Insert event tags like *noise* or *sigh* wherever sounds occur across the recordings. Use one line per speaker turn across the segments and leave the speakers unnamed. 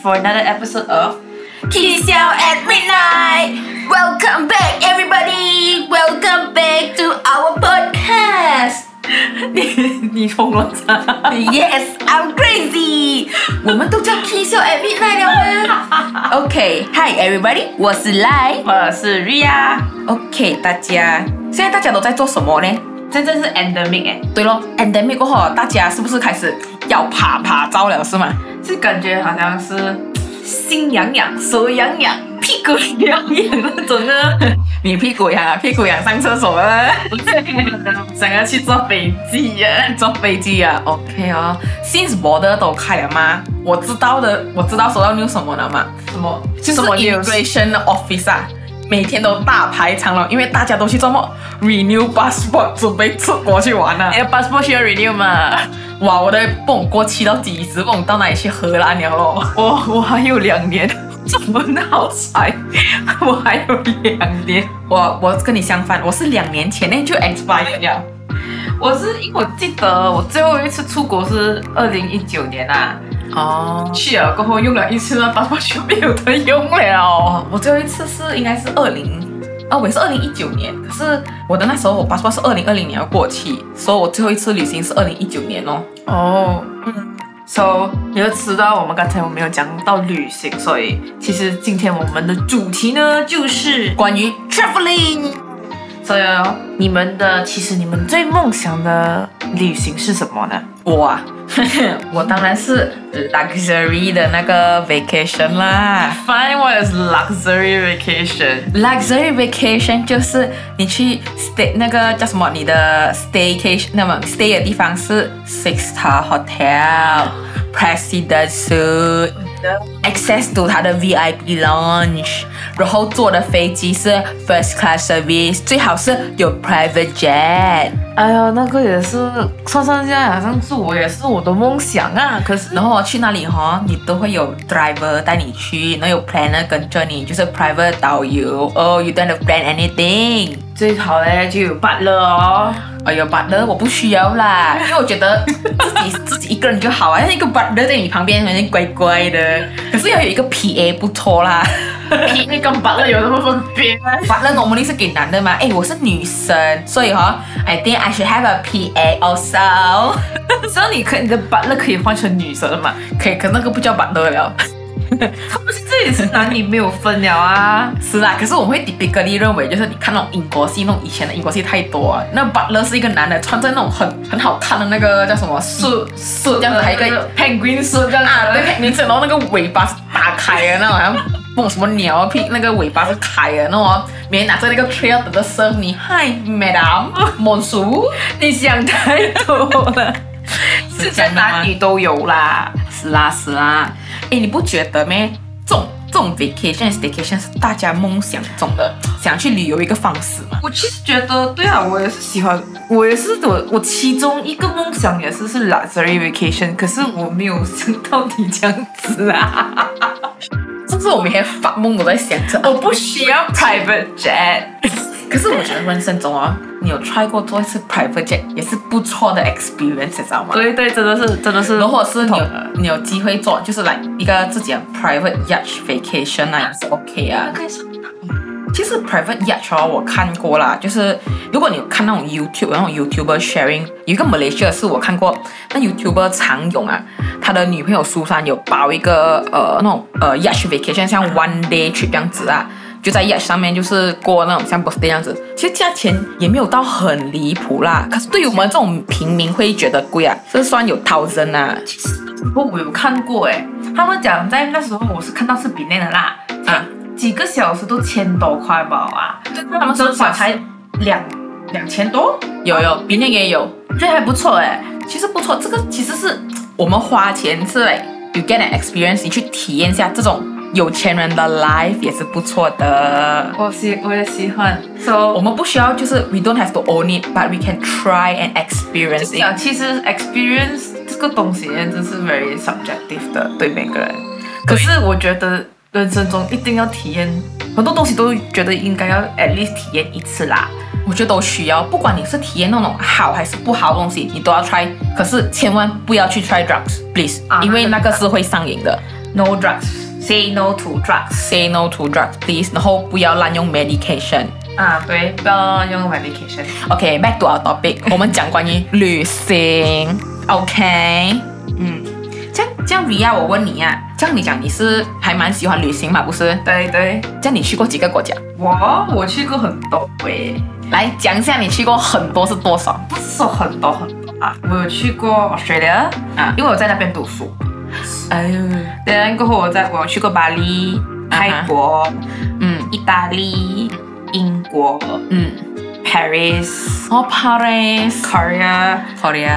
for another episode of *laughs*
Kiss out at midnight. Welcome back, everybody. Welcome back to our podcast.
你你疯了啥？
Yes, I'm crazy. 我们都叫 Kiss out at midnight 了吗？OK, Hi everybody，我是 Lai。
我是 Ria，
OK，大家，现在大家都在做什么呢？
真正是 endemic 哎、
对咯，endemic 过后，大家是不是开始要爬爬招了，是吗？
是感觉好像是心痒痒、手痒痒、屁股痒痒那种呢。
*laughs* 你屁股痒啊，屁股痒，上厕所啊，
不是想要去坐飞机呀、啊？
坐飞机啊，OK 哦。Since border 都开了吗？我知道的，我知道收到 news 什么了嘛？
什么？
就是
什么 news？
immigration office 啊，每天都大排长龙，因为大家都去周末 renew passport，准备出国去玩了、啊。
哎，passport 需要 renew 嘛？
*laughs* 哇，我的蹦过期到几时？蹦到哪里去荷兰了 *laughs* 咯？
我我还有两
*laughs*
年，怎么那好彩？我还有两年。
我我跟你相反，我是两年前那就 expire 了。
我是因为我记得我最后一次出国是二零一九年啊，
哦
去了过后用了一次那 passport 就没有得用了。
哦，我最后一次是应该是二零，啊，我也是二零一九年，可是我的那时候我 passport 是二零二零年要过期，所以我最后一次旅行是二零一九年哦。
哦，嗯，so 你就知道我们刚才我们有讲到旅行，所以其实今天我们的主题呢就是，
关于 traveling，
所以哦你们的其实你们最梦想的旅行是什么呢？
我啊， *laughs* 我当然是 luxury 的那个 vacation 啦。
Find what is luxury vacation？
Luxury vacation 就是你去 stay 那个叫什么，你的 staycation，那么 stay 的地方是 six star hotel、president suite、access to 它的 VIP lounge，然后坐的飞机是 first class service，最好是有 private jet，
哎呦，那个也是，算算下来好像是我也是我的梦想啊。可是
然后去那里哈、你都会有 driver 带你去，然后有 planner 跟着你，就是 private 导游。哦、oh,，you don't have to plan anything。
最好嘞就有 butler *laughs* 哦。
哎呦，butler 我不需要啦，因为我觉得自己自己一个人就好啊，一个 butler 在你旁边好像乖乖的，可是要有一个 PA 不错啦。
你跟哎 butler 有什么分别 *laughs* 呢？
butler normally 是给男的嘛，哎，我是女生，所以哈、i think I should have a PA also。 *laughs*
知道你可你的 butler 可以换成女生嘛？
可以，可那个不叫 butler 了。 *laughs*
他们现在也是男女没有分了啊。
是啦，可是我们会 typically 认为，就是你看那种英国戏，那种以前的英国戏太多了。那 butler 是一个男的，穿着那种很很好看的那个叫什么
素素
这样子还有一个
penguin 素这样子
啊，对，你整到那个尾巴是打开的，那好像蹦什么鸟啊屁，那个尾巴是开的，那种每天拿着那个 tray 要等着 serve 你，Hi madam，莫叔，
你想太多
*laughs*
了，是
这样的吗
男女都有啦。
是啦是啦，哎，你不觉得咩？这种这种 vacation staycation 是大家梦想中的想去旅游一个方式嘛？
我其实觉得，对啊，我也是喜欢，我也是我我其中一个梦想也是是 luxury vacation，可是我没有想到你这样子啊，
是不是我每天发梦都在想着？
*laughs*
哦
我不需要 private jet，
可是我觉得人生中哦，你有 try 过做一次 private jet 也是不错的 experience，你知道吗？
对对，真的是真的是，
然后或者是你有你有机会做，就是来一个自己的 private yacht vacation 那也是 OK 啊。
大概是
其实 private yacht 哦，我看过啦，就是如果你有看那种 YouTube 那种 YouTuber sharing，有一个 Malaysia 是我看过，那 YouTuber 常勇啊，他的女朋友苏珊有包一个呃那种呃 yacht vacation，像 one day trip 这样子啊。就在 yacht 上面，就是过那种像 birthday 这样子，其实价钱也没有到很离谱啦。可是对于我们这种平民会觉得贵啊，这算有 thousand 啊，
哦我我有看过哎，他们讲在那时候我是看到是比内的啦，
啊，
几个小时都千多块吧啊，他们整款才两两千多，
有有，比那个也有，
这还不错哎。
其实不错，这个其实是我们花钱是 like you get an experience，你去体验一下这种有钱人的 life 也是不错的。
我喜我也喜欢，so
我们不需要就是 we don't have to own it，but we can try and experience
就是
it。
讲，啊其实 experience 这个东西真是 very subjective 的，对每个人。可是我觉得人生中一定要体验很多东西，都觉得应该要 at least 体验一次啦。
我觉得都需要，不管你是体验那种好还是不好的东西，你都要 try。可是千万不要去 try drugs，please，、
啊
因为
那
那
个
个是会上瘾的。
No drugs, say no to drugs。
Say no to drugs, please。然后不要滥用 medication。
啊，对，不要用 medication。
OK，back、to our *laughs* topic，我们讲关于旅行。OK，嗯，这样这样 Ria，我问你呀、这样你讲你是还蛮喜欢旅行嘛，不是？
对对，
这样你去过几个国家？
我我去过很多诶，
来讲一下你去过很多是多少？
不是说很多很多啊，我有去过 Australia，
啊
因为我在那边读书。
哎呦，
然过后我在我有去过巴黎、
啊哈
泰国、
嗯
意大利、英国、
嗯，
Paris、
哦，Paris、
Korea、
Korea、嗯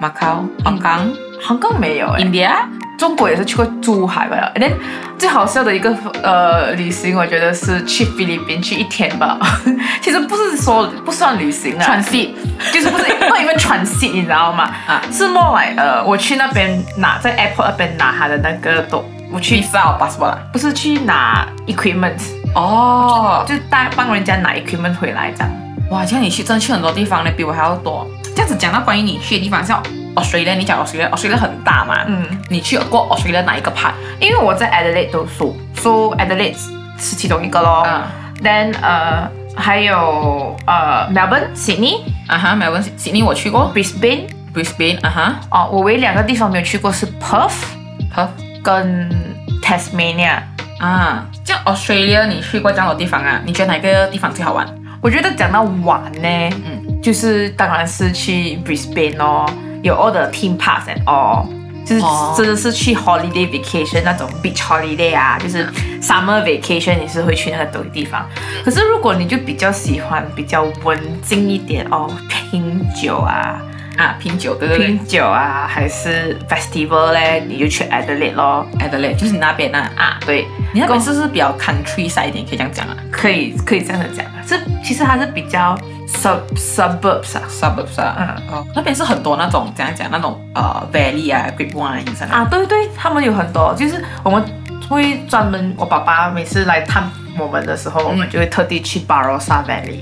马高、
Macau、Hong Kong、嗯
韩国嗯没有诶。
India。
中国也是去过珠海吧。And then 最好笑的一个呃旅行，我觉得是去菲律宾去一天吧。 *laughs* 其实不是说不算旅行啊，
transit
就是不是 not even transit，你知道吗？ *laughs*
啊
是 more like 呃，我去那边拿在 airport 那边拿他的那个都，我去
visa or passport 啊？
不是去拿 equipment，
哦，
就带帮人家拿 equipment 回来这样。
哇，这样你去真的去很多地方呢，比我还要多。这样子讲到关于你去的地方，像 Australia，你讲 Australia，Australia 很大嘛，
嗯，
你去过 Australia 哪一个 part？
因为我在 Adelaide 读书，so Adelaide 是其中一个咯。
嗯
Then 呃还有呃 Melbourne、Sydney、
啊哈，没问题。悉尼我去过
Brisbane。
，Brisbane 啊哈
哦，我唯一两个地方没有去过是 Perth
，Perth
跟 Tasmania。
啊。这样 Australia 你去过这样多地方啊？你觉得哪个地方最好玩？
我觉得讲到玩呢，
嗯
嗯，就是当然是去 Brisbane 咯，有 all the theme parks and all，就是
哦
真的是去 holiday vacation 那种 beach holiday 啊，就是 summer vacation 你是会去那个东地方。
嗯
可是如果你就比较喜欢比较文静一点哦，品酒啊，
啊，品酒对不对
品酒啊，还是 festival 嘞，你就去 Adelaide 咯。
？Adelaide 就是你那边啊啊，
对，
你那边是不是比较 countryside 一点？可以这样讲啊
可以可以这样子讲，啊这其实它是比较 sub suburbs 啊
，suburbs 啊，哦，那边是很多那种怎样讲那种呃 valley 啊，grape wine 啊，
啊，对对，他们有很多，就是我们会专门，我爸爸每次来探我们的时候，我们就会特地去 Barossa Valley。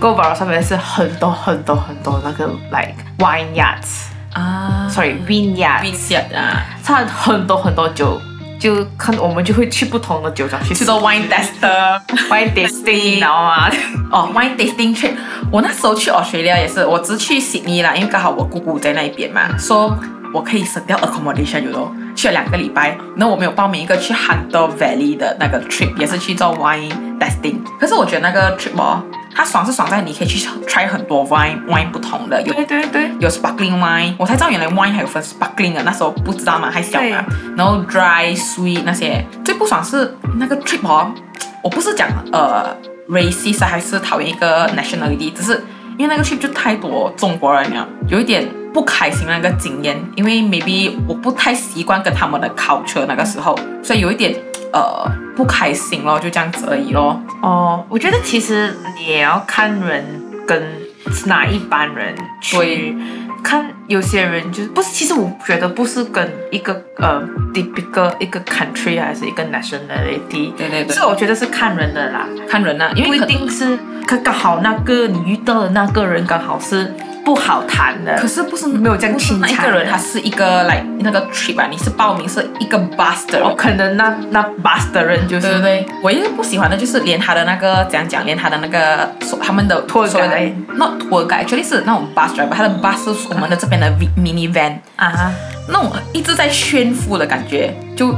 go Barossa Valley 是很多很多很多那个 like wine yards，sorry
啊
vineyards，
w i n s h e 啊，
它很多很多酒，就看我们就会去不同的酒庄去
去做 wine tester。
wine tasting，你知道吗？ *laughs*
哦，wine tasting trip。我那时候去 Australia 也是，我只去 Sydney 啦，因为刚好我姑姑在那边嘛，说、我可以省掉 accommodation，有咯，去了两个礼拜。然后我们有报名一个去 Hunter Valley 的那个 trip，也是去做 wine tasting。可是我觉得那个 trip 哦，它爽是爽在你可以去 try 很多 wine wine 不同的，有
对对对，
有 sparkling wine，我才知道原来 wine 还有分 sparkling 的，那时候不知道嘛，还小嘛。然后 dry sweet 那些，最不爽是那个 trip 哦，我不是讲呃 racist 啊还是讨厌一个 nationality，只是因为那个 trip 就太多中国人了，有一点不开心那个经验，因为 maybe 我不太习惯跟他们的 culture 那个时候，所以有一点呃不开心咯，就这样子而已咯。
哦，我觉得其实也要看人跟哪一班人
对
去。看有些人就是不是，其实我觉得不是跟一个呃 typical 一个 country 还是一个 nationality，
对对对
所以我觉得是看人的啦，
看人啊，因为
不一
可
定是刚刚好那个你遇到的那个人刚好是不好谈的，
可是不是
没有这样
不是
清
那一
查
个人，
的
他是一个来那个 trip 啊，你是报名是一个 bus 的
哦
人。
可能那那 bus 的人就是
对对对，我一直不喜欢的就是连他的那个怎样讲，连他的那个所他们的
Tour
所谓的
guide
not tour guide，actually 是那种 bus driver，他的 bus 是我们的这边的 vi- mini van，
啊，
那种一直在炫富的感觉，就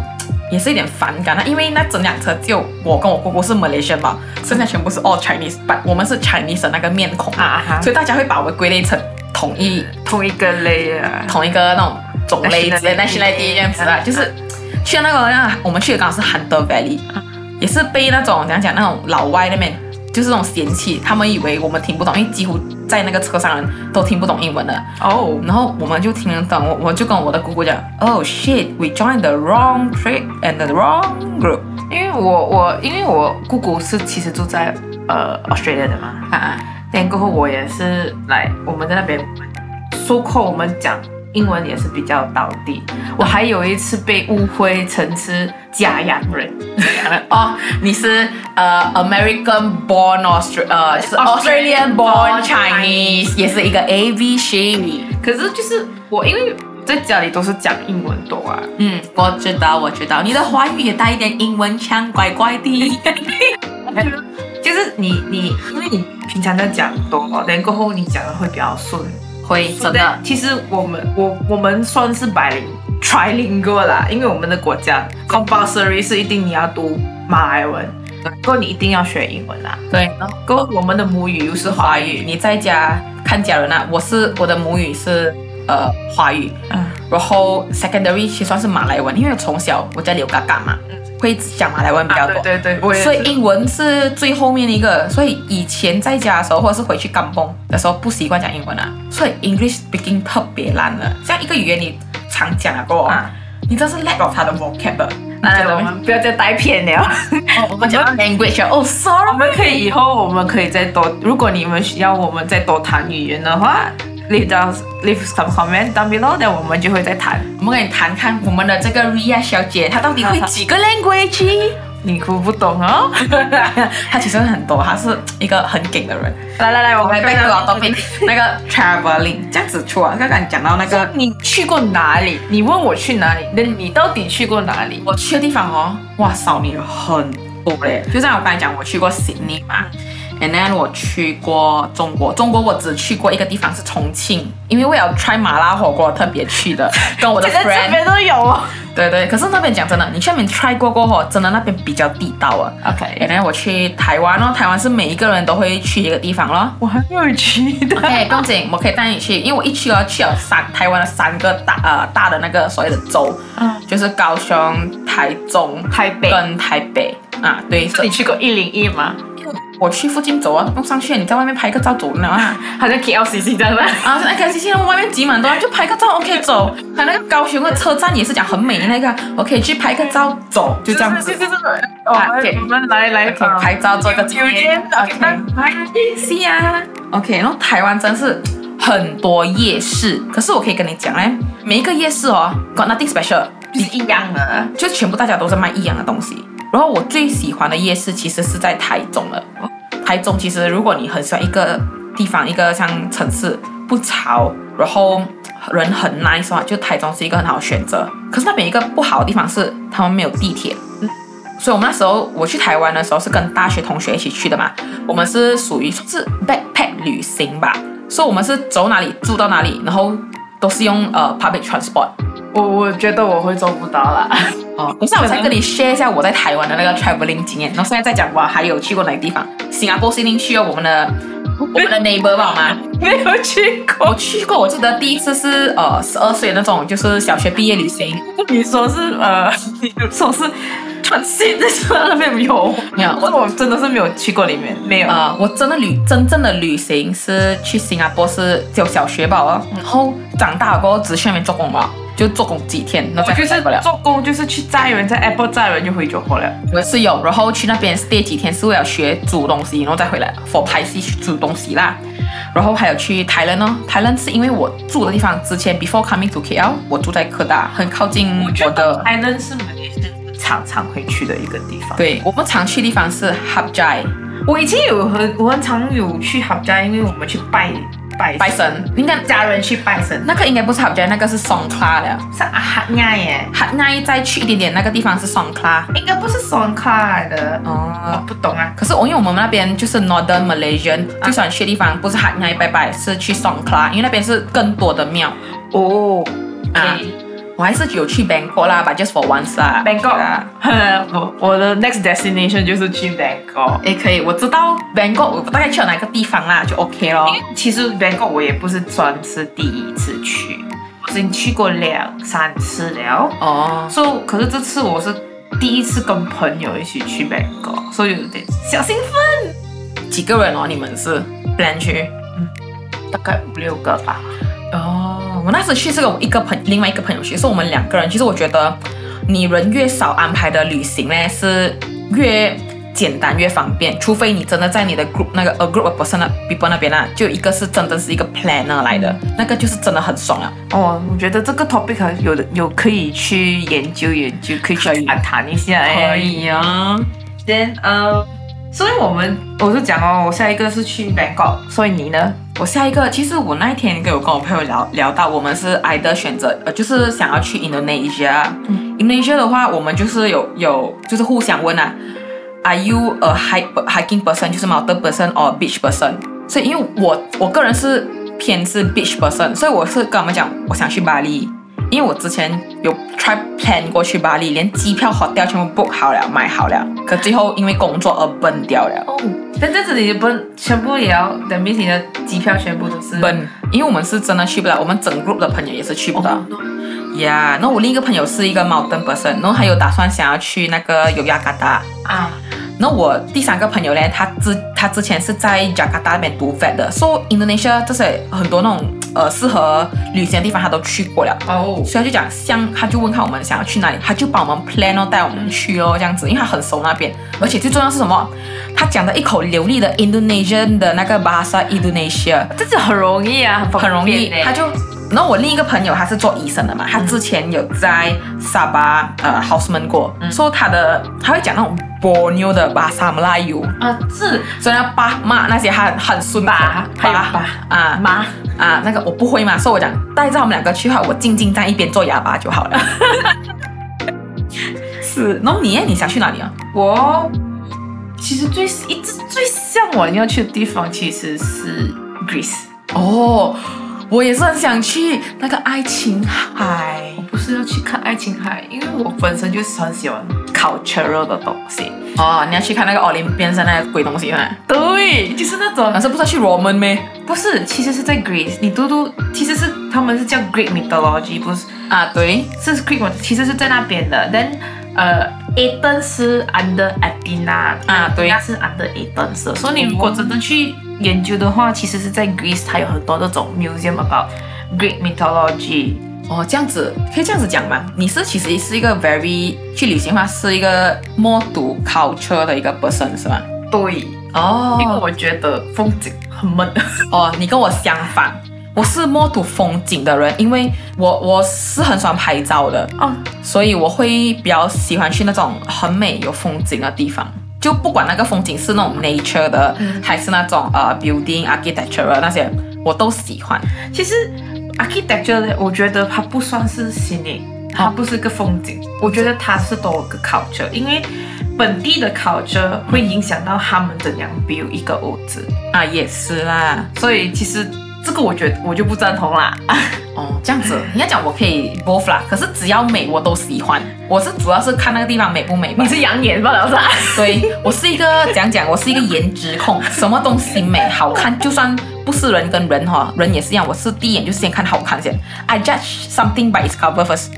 也是有点反感啊了。因为那整辆车只有我跟我姑姑是 Malaysian 嘛，剩下全部是 all Chinese，but 我们是 Chinese 的那个面孔
啊哈
所以大家会把我们归类成同一
同一个类啊，
同一个那种种类之类 nationality
Nationality
这样子啊，就是去那个那我们去的刚好是 Hunter Valley，也是被那种怎样讲那种老外那边就是那种嫌弃，他们以为我们听不懂，因为几乎在那个车上人都听不懂英文的。
哦
然后我们就听得懂，我我就跟我的姑姑讲，Oh shit，we joined the wrong trip and the wrong group
因为我我因为我姑姑是其实住在呃 Australia 的嘛，
啊，
但过后我也是来我们在那边说扣我们讲英文也是比较到地，我还有一次被误会成是假洋人，
哦，你是呃 American born Austral 呃就是
Australian
Australian
born
born Chinese，也是一个 A V s h e
可是就是我因为。在家里都是讲英文多啊。
嗯，我知道，我知道，你的华语也带一点英文腔，乖乖的。
*laughs* 就是你你，因为你平常在讲多嘛，然过后你讲的会比较顺。
会真
但
的，
其实我们我我们算是百灵 trilingual 啦，因为我们的国家 compulsory 是一定你要读马来文，不过你一定要学英文啦。
对，
然后我们的母语又是华
华
语，
语。你在家看家人啊，我是我的母语是呃华语，
嗯，
然后 secondary 其实算是马来文，因为从小我在留嘎嘎嘛，会讲马来文比
嗯
较
啊
多。
对对对，我也
所以
是
英文是最后面的一个，所以以前在家的时候，或者是回去干崩的时候，不习惯讲英文啊，所以 English speaking 特别烂了。像一个语言你常讲啊，过、
啊，哎
你真是 lack of 它的 vocab，啊
来来，我们不要再带偏了。 *laughs*
哦，我们讲
嗯
到 language 哦
我
，sorry，
们可以以后我们可以再多，如果你们需要我们再多谈语言的话，leave down leave some comment down below，那我们就会再谈。
我们可以谈看我们的这个 Ria 小姐，她到底会
*laughs*
几个 language？
你哭不懂 *laughs* 哦。
她其实会很多，她是一个很顶的人。
来来来，我
我
们
们 back
刚
to
刚
our topic，那 *laughs* 个 traveling 这样子出啊，刚刚你讲到那
*laughs*
个
你去过哪里？你问我去哪里？那你到底去过哪里？
我去的地方哦，哇，少女很多嘞。就像我刚才讲，我去过悉尼嘛，and then 我去过中国，中国我只去过一个地方是重庆，因为我要 try 麻辣火锅特别去的，跟
*laughs*
我的
在这
friend。
边都有哦。
对对，可是那边讲真的，你去那边 try 过过后，真的那边比较地道啊。
OK，
and then 我去台湾哦，台湾是每一个人都会去一个地方咯。
我还没有去的。
哎，不用紧，我可以带你去，因为我一去哦，去了三台湾的三个大呃大的那个所谓的州，
嗯，
就是高雄、台中、
台北，
跟台北啊，对，
是你去过一零一吗？
我去附近走啊，弄上去，你在外面拍个照走了 *laughs* 啊，
好像 KLCC 这样吧。
然后说哎，可惜现在外面挤满多人，就拍个照 OK 走，还有那个高雄的车站也是讲很美的那个，OK 去拍个照走，就这样子
是，是是是我们
OK
我们来来啊
OK，拍照做个纪
酒
念
店。
，OK，是呀，OK，然后台湾真是。很多夜市，可是我可以跟你讲嘞，每一个夜市哦，got nothing special，
就是一样的。
就全部大家都在卖一样的东西。然后我最喜欢的夜市其实是在台中了。台中其实如果你很喜欢一个地方，一个像城市不潮，然后人很 nice 的话，就台中是一个很好的选择。可是那边一个不好的地方是他们没有地铁。所以我们那时候我去台湾的时候是跟大学同学一起去的嘛，我们是属于是 backpack 旅行吧，所以我们是走哪里住到哪里，然后都是用呃 public transport。
我我觉得我会做不到啦。 *laughs*
哦，等一下我再跟你 share 一下我在台湾的那个 traveling 经验，然后现在再讲我还有去过哪个地方。新加坡是一定去了我们的我们的 neighbor 吧吗？
没有去过。
我去过，我记得第一次是呃十二岁那种，就是小学毕业旅行。
你说是呃，你说是传信的时候那边有，
没有
可是我真的是没有去过里面，没有。
呃，我真的旅真正的旅行是去新加坡，是只有小学吧哦，然后长大了过后只去那边做工吧，就做工几天，然后
我
再
就
回来
是
不了。
做工，就是去载人，在 Apple 载人就回中国了。
我是有，然后去那边 stay 几天是为了学煮东西，然后再回来 for 拍戏去煮东西啦。然后还有去 Thailand 呢、哦、，Thailand 是因为我住的地方之前 before coming to KL，我住在科大，很靠近我的。
还能是马来西亚常常会去的一个地方。
对，我们常去的地方是 Hub Jai
我以前有很我很常有去好家，因为我们去拜拜
拜神，应该
家人去拜神，
那个应该不是 Hub Jai，那个是 Songkla 了。
是阿哈亚耶，
Hub Jai 再去一点点，那个地方是 Songkla。
应该不是 s o n g k a 的，我
哦，
不懂啊。
可是我因为我们那边就是 Northern Malaysian，最喜欢去的地方不是 Hub Jai 拜拜，是去 Songkla，因为那边是更多的庙。
哦，
啊我还是有去 Bangkok 啦，but just for once 啦。
Bangkok， *laughs*
啊，
我我的 next destination 就是去 Bangkok。
也可以。我知道 Bangkok 我大概去了哪个地方啦，就 OK 咯
因。为其实 Bangkok 我也不是算是第一次去，我已经去过两三次了。
哦，
所以可是这次我是第一次跟朋友一起去 Bangkok，所以有点小兴奋。
几个人哦？你们是 plan 去？
大概五六个吧。
哦，我那时去是跟我一个朋另外一个朋友去，是我们两个人。其实我觉得，你人越少安排的旅行呢是越简单越方便，除非你真的在你的 group 那个 a group of person 那 people 那边啊，就有一个是真的是一个 planner 来的，那个就是真的很爽啊。
哦，我觉得这个 topic 还有的有可以去研究研究，可以
可以
去谈谈一下。
啊，
先呃，所以我们我是讲哦，我下一个是去 Bangkok，所以你呢？
我下一个，其实我那一天跟我跟我朋友聊聊到，我们是 either 选择，呃，就是想要去 Indonesia。
嗯
Indonesia 的话，我们就是有有就是互相问啊，Are you a hike hiking person，就是 mountain person or beach person？所以因为我我个人是偏是 beach person，所以我是跟他们讲我想去巴黎，因为我之前有 try plan 过去巴黎，连机票、hotel 全部 book 好了、买好了，可最后因为工作而崩掉了。
哦，但这样子你不能全部也要，等于你的机票全部都是
本，因为我们是真的去不了，我们整 group 的朋友也是去不到
哦。
呀，那、我另一个朋友是一个 mountain person，然后还有打算想要去那个尤亚嘎达。
啊，
那我第三个朋友呢，他之他之前是在 Jakarta 那边读 vet 的，so Indonesia 这些很多那种呃适合旅行的地方他都去过了。
哦，
所以他就讲，像他就问看我们想要去哪里，他就帮我们 plan 哦，带我们去哦，这样子，因为他很熟那边，而且最重要是什么？他讲的一口流利的 Indonesian 的那个 bahasa Indonesia，
这就很容易啊，很
很容易，他
他
就。然后我另一个朋友他是做医生的嘛，他之前有在沙巴呃 houseman 过，说、他的他会讲那种 Borneo 的巴萨姆拉语，
啊是
所以那巴妈那些他很很顺口
巴还有巴
啊
妈，
啊那个我不会嘛，所以我讲带着他们两个去的话，我静静在一边做哑巴就好了。 *laughs* 是，然后你耶你想去哪里啊？
我其实最一直最向往要去的地方其实是 Greece，
哦，我也是很想去那个爱琴海。
不是要去看爱琴海，因为我本身就是很喜欢 cultural 的东西。
哦，你要去看那个奥林匹克山那个鬼东西吗？
对，就是那种
老师不是要去 Roman 咩？
不是，其实是在 Greece，你读读，其实是他们是叫 Greek mythology，不是
啊，对，
是 Greek，其实是在那边的。但呃，Athens 是 under Athena，
啊对
那是 under Athens 的。所以你如果真的去研究的话，其实是在 Greece，它有很多这种 museum about Greek mythology。
哦，这样子可以这样子讲吗？你是其实是一个 very 去旅行的话是一个 more to culture 的一个 person 是吗？
对，因为
哦
我觉得风景很闷。
哦，你跟我相反，我是 more to 风景的人，因为我我是很喜欢拍照的，
哦，
所以我会比较喜欢去那种很美有风景的地方。就不管那个风景是那种 nature 的，
嗯
还是那种呃 building architecture 的那些，我都喜欢。
其实 architecture 呢，我觉得它不算是 scenic，它不是个风景，我觉得它是多个 culture，因为本地的 culture 会影响到他们怎样 build 一个屋子，
啊，也是啦。
所以其实这个我觉得我就不赞同啦。
哦，这样子，应该讲我可以 both 啦，可是只要美我都喜欢。我是主要是看那个地方美不美吧。
你是养眼罢了是吧？
对我是一个讲讲，我是一个颜值控，什么东西美好看，就算不是人跟人哈，人也是一样，我是第一眼就先看好看先。I judge something by its cover first。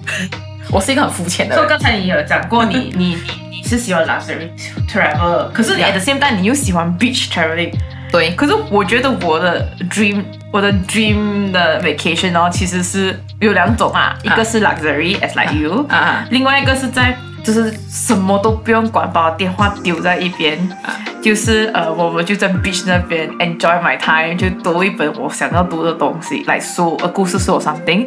我是一个很肤浅的
所以 *laughs*
人。
刚才你有讲过你你你你是喜欢 luxury travel，可是你 at
Yeah.
the same time 你又喜欢 beach traveling，
对，
可是我觉得我的 dream，我的 dream 的 vacation 哦，其实是有两种啊，一个是 luxury as like you，
啊啊
另外一个是在就是什么都不用管，把我电话丢在一边，
啊
就是呃，我们就在 beach 那边 enjoy my time，就读一本我想要读的东西，来书、呃故事书 something，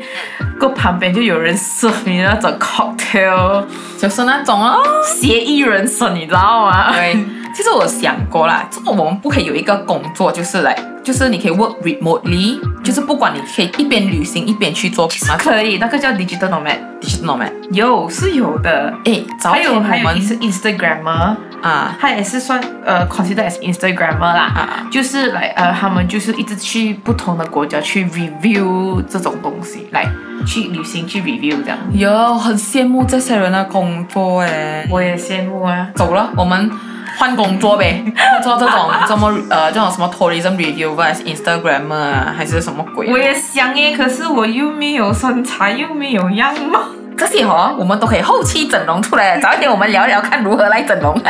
过旁边就有人 serve 你那种 cocktail，
就是那种哦。
协议人生，你知道吗？
对， *laughs* 其实我想过啦，这么我们不可以有一个工作，就是来，就是你可以 work remotely，就是不管你可以一边旅行一边去做
其实可以，那个叫 digital nomad，
digital nomad。
有是有的。
哎，早
还
点
有
我
还有
们
你是 Instagrammer，
啊
他也是算呃 consider as Instagrammer 啦，
啊
就是来呃他们就是一直去不同的国家去 review 这种东西，来去旅行去 review 这样。
有很羡慕这些人的工作哎。
我也羡慕啊，
走了，我们换工作
*laughs*
呗，做这种这么呃这种什么 tourism review 还是 Instagram 啊，还是什么鬼啊、
我也想耶，可是我又没有身材，又没有样貌，
这些哦，我们都可以后期整容出来，早一点我们聊聊看如何来整容。
*laughs*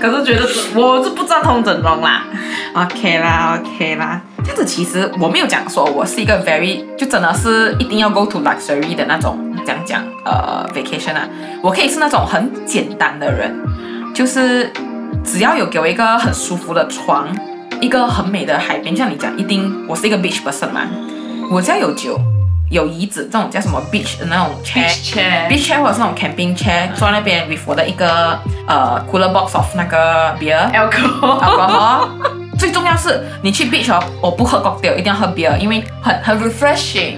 可是觉得我是不赞同整容啦。
OK 啦，OK 啦。这样子其实我没有讲说我是一个 very 就真的是一定要 go to luxury 的那种，讲讲呃 vacation 啊，我可以是那种很简单的人，就是只要有给我一个很舒服的床，一个很美的海边，就像你讲，一定我是一个 beach person 嘛，我只要有酒，有椅子这种叫什么 beach 的那种 chair。
chair，
beach chair 或者是那种 camping chair，坐在那边 with 我的一个呃 cooler box of 那个 beer，
*laughs* alcohol，
alcohol，啊最重要是你去 beach 哦，我不喝 cocktail，一定要喝 beer，因为很很 refreshing。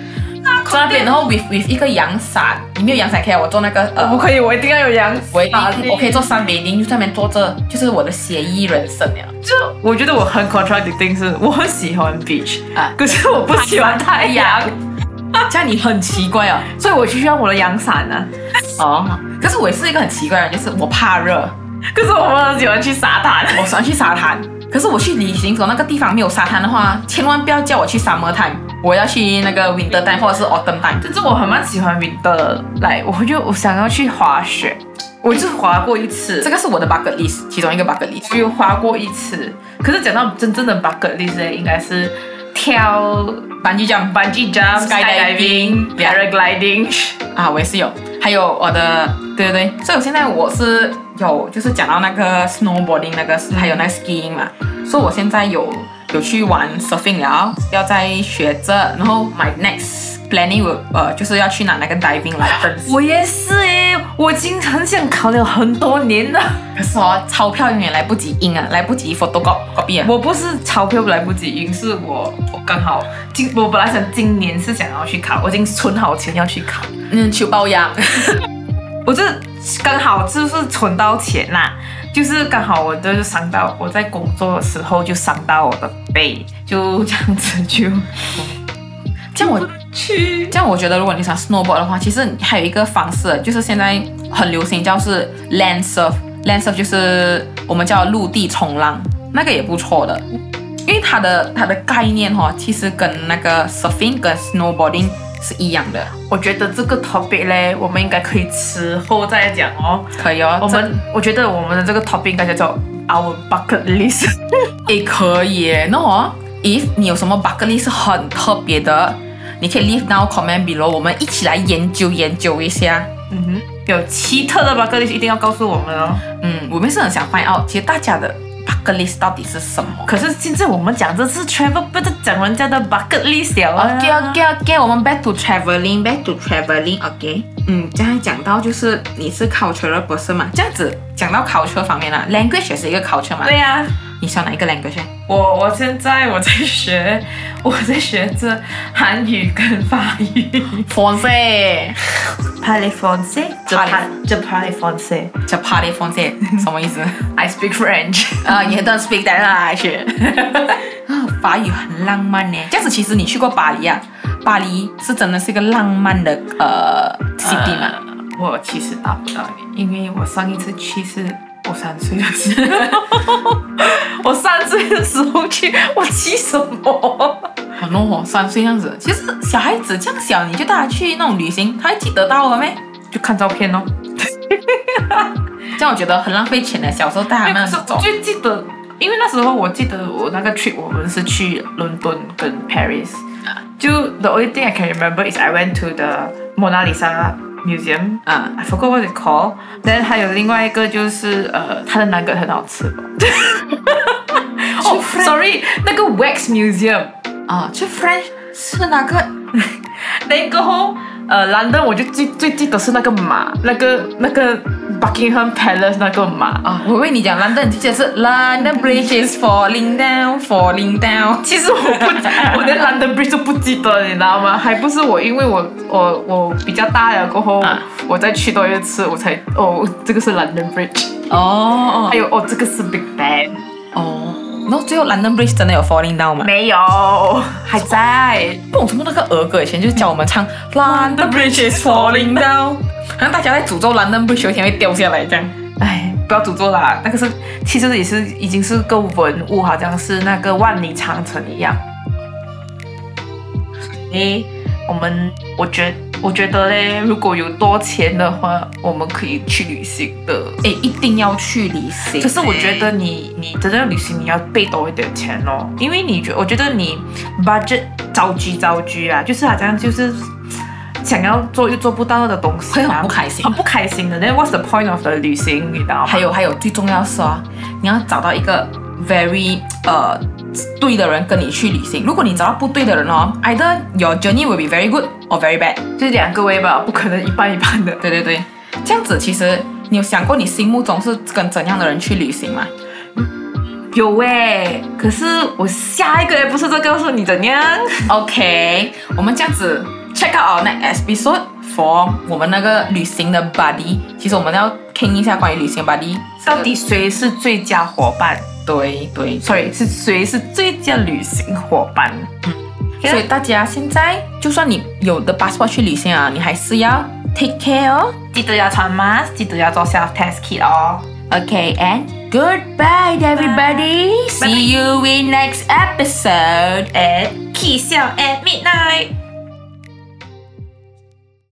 坐那边，然后 with with 一个阳伞，你没有阳伞可以啊，我啊做那个呃，
我可以，我一定要有阳
我一定
伞。
我可以做三杯零，就在那边坐着，就是我的写意人生了。
就我觉得我很 contradicting，是我很喜欢 beach，
啊
可是我不喜欢太 *laughs* 阳，
这样你很奇怪啊。
所以我需要我的阳伞啊。
哦，可是我也是一个很奇怪的人，就是我怕热，
可是我很喜欢去沙滩。
我喜欢去沙滩。可是我去旅行走那个地方没有沙滩的话，千万不要叫我去 summer time，我要去那个 winter time 或者是 autumn time。
就是我很蛮喜欢云的，来，我就我想要去滑雪，我就滑过一次，
这个是我的 bucket list，其中一个 bucket list。
我有滑过一次。可是讲到真正的 bucket list，呢应该是跳
bungee jump
bungee jump、
Skydiving
skydiving、paragliding。
啊，我也是有，还有我的，对对对，所以我现在我是有，就是讲到那个 snowboarding 那个，还有那个 skiing 嘛，所以我现在有有去玩 surfing 了，要在学着，然后 my next planning 我呃就是要去拿那个 diving license，
我也是诶，我已经很想考了很多年了。
可是哦，钞票永远来不及印啊，来不及 photocopy 啊，
我不是钞票来不及赢，是我我刚好今我本来想今年是想要去考，我已经存好钱要去考，
嗯，求包养， *laughs*
我这刚好就是存到钱啦，就是刚好我就是伤到我在工作的时候就伤到我的背，就这样子就
这样我
去
这样我觉得，如果你想 snowboard 的话，其实你还有一个方式，就是现在很流行叫是 land surf。land surf 就是我们叫陆地冲浪，那个也不错的，因为它的它的概念哈、哦，其实跟那个 surfing 跟 snowboarding 是一样的。
我觉得这个 topic 嘞，我们应该可以之后再讲哦。
可以哦，
我们我觉得我们的这个 topic 应该叫做 our bucket list。
这也可以耶。那哦，if 你有什么 bucket list 是很特别的，你可以 leave now comment below，我们一起来研究研究一下。
嗯哼，有奇特的 bucket list 一定要告诉我们哦。
嗯，我们是很想 find out，其实大家的 bucket list 到底是什么。
可是现在我们讲这次 travel，不是讲人家的 bucket list 了啊
OK OK OK，我们 back to traveling，back to traveling OK。嗯，刚才讲到就是你是 cultural person 嘛，这样子讲到 culture 方面啦，language 也是一个 culture 嘛。
对呀、
你喜欢哪一个 language？
我我现在我在学， *laughs* 我在学这韩语跟法语。
法语
Parle français, je
parle-
je parle français.
叫 party 法语，
*laughs*
什么意思？
I speak French.
*laughs*
*laughs*
啊、也 y o u don't speak that language。啊，法语很浪漫呢。这样子其实你去过巴黎啊，巴黎是真的是一个浪漫的呃 city 嘛。
呃我其实答不到你，因为我上一次去是我三岁的时 *laughs* 候，我三岁的时候去，我去什么？
好弄哦，三岁这样子，其实小孩子这样小，你就带他去那种旅行，他会记得到了咩？
就看照片哦。
这样我觉得很浪费钱的，小时候带他
没有，
们
可是我
走。
就记得，因为那时候我记得我那个 trip 我们是去伦敦跟 Paris，就 the only thing I can remember is I went to the Mona Lisa Museum。
啊，
I forgot what it called。但还有另外一个就是呃，它的南葛很好吃
*laughs*
吧。哦、s o r r y 那个 Wax Museum，
啊，去 French 是哪个？
那个后呃，London 我就最最记得是那个马，那个那个 Buckingham Palace 那个马。
啊，我为你讲 London，你就讲是 London Bridge is falling down，falling down。
其实我不， *laughs* 我连 London Bridge 都不记得，你知道吗？还不是我，因为我我我比较大了过后，
啊
我再去多一次，我才哦，这个是 London Bridge，
哦
还有哦，这个是 Big Ben，
哦，然后最后 London Bridge 真的有 falling down 吗？
没有，还在。
不懂怎么那个儿歌以前就教我们唱 London Bridge is falling down，好像大家在诅咒 London Bridge 有一天会掉下来这样。
哎，不要诅咒啦，那个是其实也是已经是个文物，好像是那个万里长城一样。诶，我们我觉我觉得嘞，如果有多钱的话，我们可以去旅行的。
哎，一定要去旅行。
可是我觉得你你真的要旅行，你要备多一点钱哦，因为你觉我觉得你 budget 着急着急啊，就是好像就是想要做又做不到的东西、
会
啊，
很不开心
很不开心的。那 what's the point of the 旅行？你知道吗
还？有还有，最重要是啊，你要找到一个 very 呃对的人跟你去旅行。如果你找到不对的人哦，either your journey will be very good or very bad。
就是两个 way 吧，不可能一半一半的。
对对对，这样子其实你有想过你心目中是跟怎样的人去旅行吗？欸
有哎、可是我下一个 episode 再告诉你怎样。
OK，我们这样子 check out our next episode for 我们那个旅行的 buddy。其实我们要听一下关于旅行的 buddy
到底谁是最佳伙伴
对对，
？sorry，是谁是最佳旅行伙伴？
所以大家现在就算你有的 passport 去旅行啊，你还是要 take care 哦。
记得要穿 mask，记得要做 self test kit 哦。
Okay, and goodbye, everybody. See you in next episode.
E And 气象 at midnight。